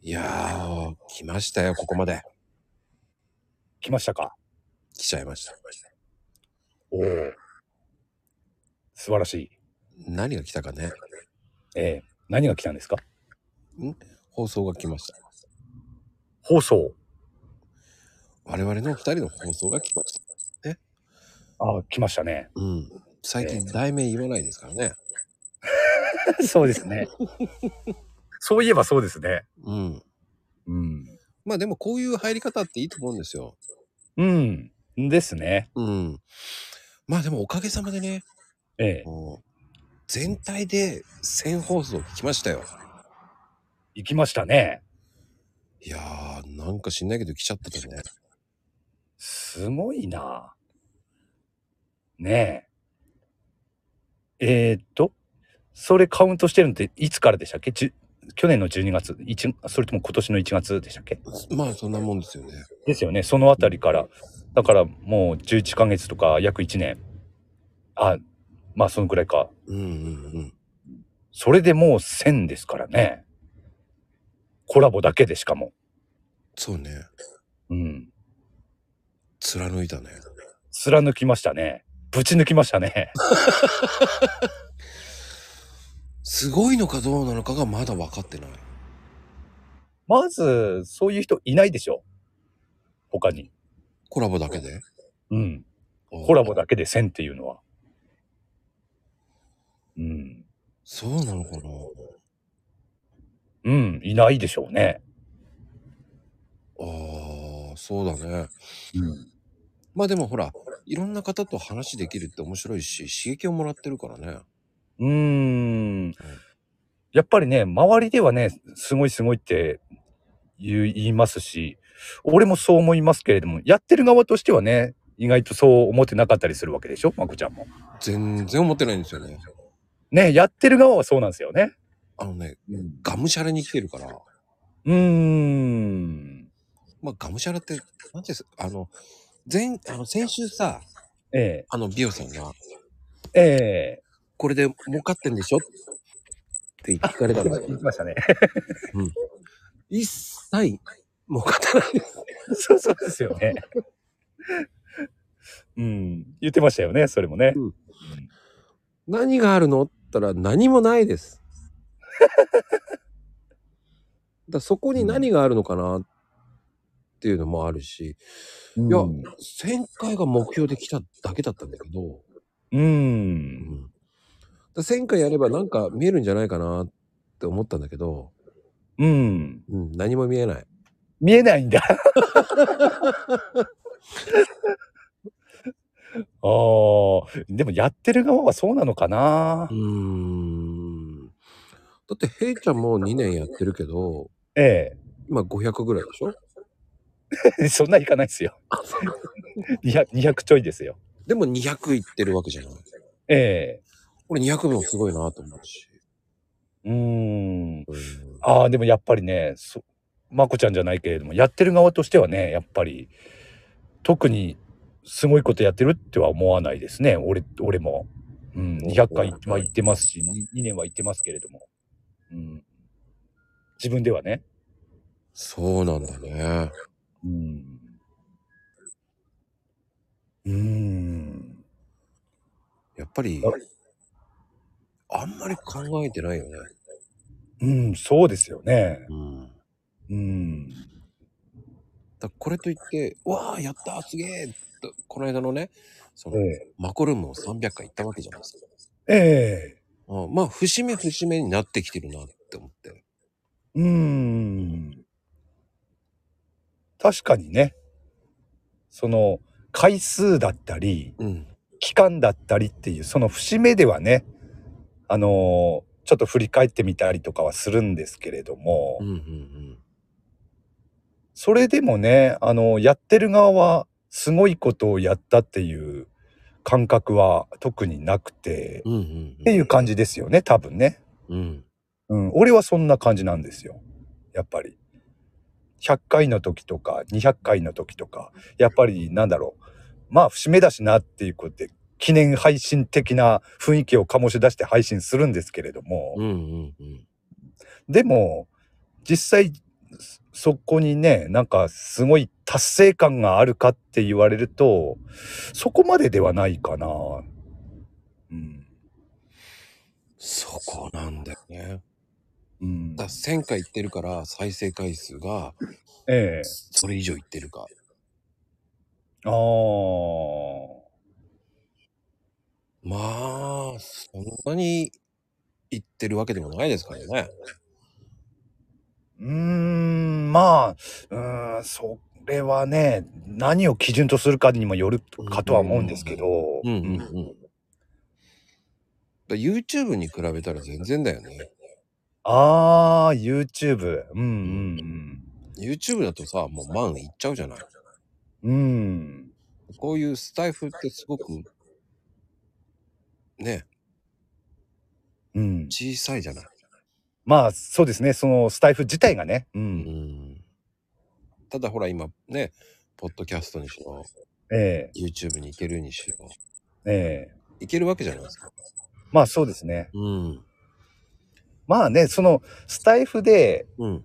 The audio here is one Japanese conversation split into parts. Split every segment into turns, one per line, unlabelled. いやー、来ましたよ、ここまで。
来ましたか
来ちゃいました。
おお。素晴らしい。
何が来たかね。
ええ何が来たんですか
放送が来ました。
放送。
我々の二人の放送が来ました。
ああ、来ました ね。
うん。最近、題名言わないですからね。
そうですね。そういえばそうですね。
うん。
うん。
まあでも、こういう入り方っていいと思うんですよ。
うん。ですね。
うん。まあでも、おかげさまでね、
ええ
もう、全体で1000放送聞きましたよ。
行きましたね。
いやー、なんか知んないけど来ちゃったとね。
すごいな。ねえ。えー、っと、それカウントしてるのっていつからでしたっけじゅ去年の12月、一それとも今年の1月でしたっけ
まあ、そんなもんですよね。
ですよね。そのあたりから。だからもう11ヶ月とか約1年。あ、まあそのくらいか。
うんうんうん。
それでもう1000ですからね。コラボだけでしかも。
そうね。
うん。
貫いたね。
貫きましたね。ぶち抜きましたね。
すごいのかどうなのかがまだ分かってない。
まず、そういう人いないでしょ。他に。
コラボだけで
うん。コ
コ
ラボだけで1000っていうのは。うん。
そうなのかな
うん。いないでしょうね。
ああ、そうだね。
うん。
まあでもほら、いろんな方と話できるって面白いし、刺激をもらってるからね。
うーん。やっぱりね、周りではね、すごいすごいって言う言いますし、俺もそう思いますけれども、やってる側としてはね、意外とそう思ってなかったりするわけでしょまこちゃんも。
全然思ってないんですよね。
ね、やってる側はそうなんですよね。
あのね、がむしゃらに来てるから、
うーん。
まあがむしゃらって、なんです、あの、前、あの、先週さ、
え
あの、美容さんが、
え、ええ。
これで儲かってんでしょって聞かれ たんだけど
聞、きましたね。
一切儲かってない。
そうそうですよね。うん。言ってましたよね、それもね。
何があるのって言ったら何もないです。 だからそこに何があるのかなっていうのもあるし、
い
いや
う。
1000回が目標で来ただけだったんだけど、うんん、だから1000回やればなんか見えるんじゃないかなって思ったんだけど、
うん。
うん、何も見えない。
見えないんだ。ああ、でもやってる側はそうなのかな
う。ん。だって、ヘイちゃんも2年やってるけど、
え
今500ぐらいでしょ
え、 そんないかないですよ。200, 200ちょいですよ。
でも200いってるわけじゃない。
え
俺200もすごいなと思うし。
え、うーん。
うん
ああ、でもやっぱりね、そまこちゃんじゃないけれども、やってる側としてはね、やっぱり特にすごいことやってるっては思わないですね。俺、俺も。うん、200回は行ってますし、2, 年は行ってますけれども。うん、自分ではね。
そうなんだね。
うん。うーん。
やっぱり
あ、
あんまり考えてないよね。
うん、そうですよね。
うん。
うん。
だこれといって、わあ、やったーすげえとこの間のね、その、
え
マコルームを300回行ったわけじゃないですか。
え。え
あまあ、節目節目になってきてるなって思って。
え。うん。確かにね。その、回数だったり、
うん。
期間だったりっていう、その節目ではね、あのーちょっと振り返ってみたりとかはするんですけれども、
うんうんうん。
それでもね、あの、やってる側は、すごいことをやったっていう感覚は特になくて、
うんうん、うん。
っていう感じですよね、多分ね。
うん。
うん、俺はそんな感じなんですよ。やっぱり。100回の時とか、200回の時とか、やっぱりなんだろう。まあ、節目だしなっていうことで、記念配信的な雰囲気を醸し出して配信するんですけれども、
うんうんうん。
でも、実際そこにねなんかすごい達成感があるかって言われるとそこまでではないかな。うん
そこなんだよね。
うん
だ1000回いってるから再生回数が
ええ
それ以上いってるか。
ああ
まあ、そんなにいってるわけでもないですからね。
うーんまあ、うーん、それはね、何を基準とするかにもよるかとは思うんですけど、
うんうんうん。だ YouTube に比べたら全然だよね。
ああ、YouTube。うん、
YouTube だとさ、もう万いっちゃうじゃない。
うん、うん。うん。
こういうスタイフってすごく、ね、
うん、
小さいじゃない。
まあ、そうですね。そのスタイフ自体がね。うん。
うん。ただほら今ね、ポッドキャストにしろ、
え
YouTube に行けるにしろ、
えええ
行けるわけじゃないですか。
まあ、そうですね。
うん。
まあね、そのスタイフで
うん。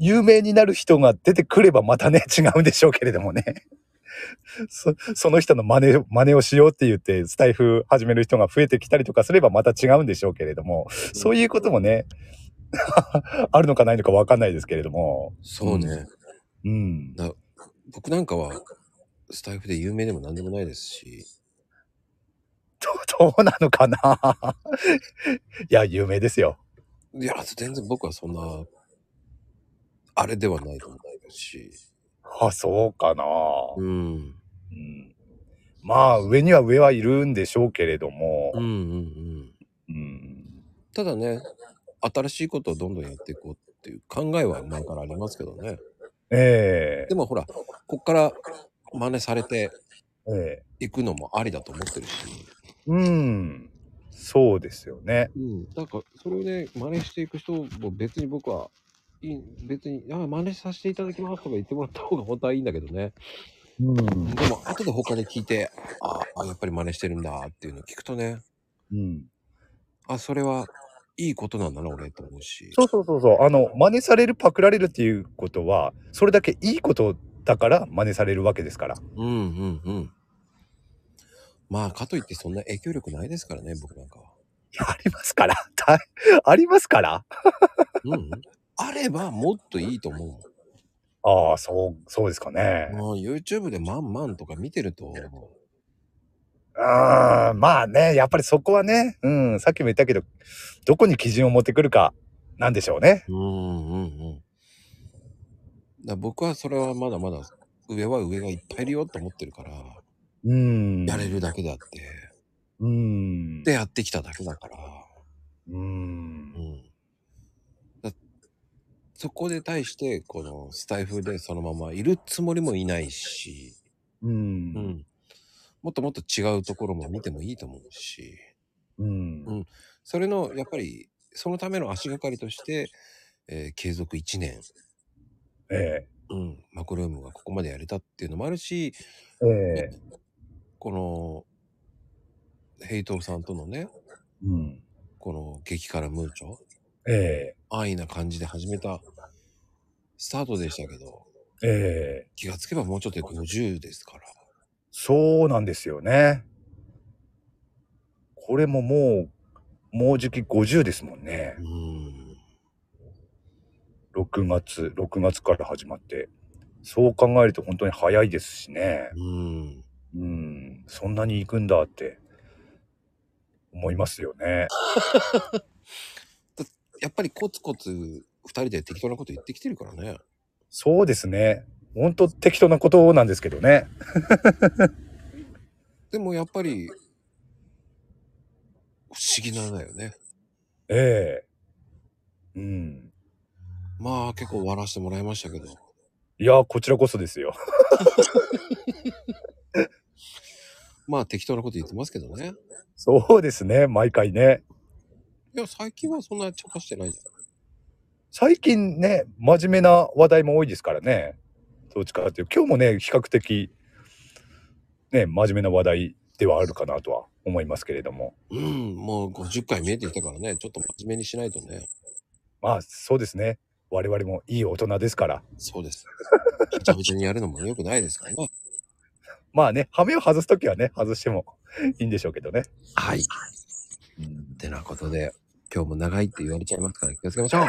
有名になる人が出てくればまたね、 違うんでしょうけれどもね。 そその人の真似を真似をしようって言ってスタイフ始める人が増えてきたりとかすればまた違うんでしょうけれどもそういうこともね あるのかないのかわかんないですけれども
そうね。
うん
僕なんかは、スタイフで有名でも何でもないですし、
どどうなのかな いや有名ですよ
いや、全然僕はそんな、あれではないと思うし、
あそうかな、
うん。
うん、まあ上には上はいるんでしょうけれども
うんうんうん。
うん
ただね、新しいことをどんどんやっていこうっていう考えは前からありますけどね。
ええ
でもほら、こっから真似されて
ええ
いくのもありだと思ってるし、
うんそうですよね
うん。なんか、それをね、真似していく人も別に僕は、いい別に、あ真似させていただきますとか言ってもらった方が本当はいいんだけどね。
うん
でも、後で他で聞いて、ああ、やっぱり真似してるんだっていうのを聞くとね、
うん
あ、それはいいことなんだな、俺と思うし。
そうそうそうそう。あの、真似される、パクられるっていうことは、それだけいいことだから真似されるわけですから。
うんうんうん。まあ、かといってそんな影響力ないですからね、僕なんかは。
いやありますから。たありますから。
うん。 あればもっといいと思
ああ、そう、そうですかね
う。。もう YouTube でまんまんとか見てると、
うーん、まあね、やっぱりそこはね、うん、さっきも言ったけど、どこに基準を持ってくるか、なんでしょうね。
うんうんうん。だ僕はそれはまだまだ上は上がいっぱいいるよと思ってるから、
うん。
やれるだけであって、
うん。
で、やってきただけだから、
う。
うんん。だそこで対して、このスタイフでそのままいるつもりもいないし、
う。
うんん、もっともっと違うところも見てもいいと思うし
うん。
うんそれのやっぱりそのための足がかりとして、えー継続1年、
え
うん、マクロームがここまでやれたっていうのもあるし
え。ええ。
このヘイトさんとのね
うん。
この激辛ムーチョ
え
安易な感じで始めたスタートでしたけど
え。ええ。
気がつけばもうちょっとで50ですから
そうなんですよね。これももう、もうじき50ですもんね。
うん
6月、6月から始まって。そう考えると本当に早いですしね。
うん
うん。そんなに行くんだって思いますよね。
やっぱりコツコツ2人で適当なこと言ってきてるからね
そうですね。本当適当なことなんですけどね。
でもやっぱり、不思議なんだよね。
ええうん。
まあ結構終わらせてもらいましたけど。
いや、こちらこそですよ。
まあ適当なこと言ってますけどね。
そうですね。毎回ね。
いや、最近はそんな茶化してないじゃん。
最近ね真面目な話題も多いですからねどっちかっていう今日もね比較的ね真面目な話題ではあるかなとは思いますけれども
うん、もう50回見えてきたからね、ちょっと真面目にしないとね。
まあそうですね我々もいい大人ですから。
そうです。めちゃめちゃにやるのも良くないですからね。
まあね、羽目を外すときはね、外してもいいんでしょうけどね。
はい。ってなことで、今日も長いって言われちゃいますから気をつけましょう。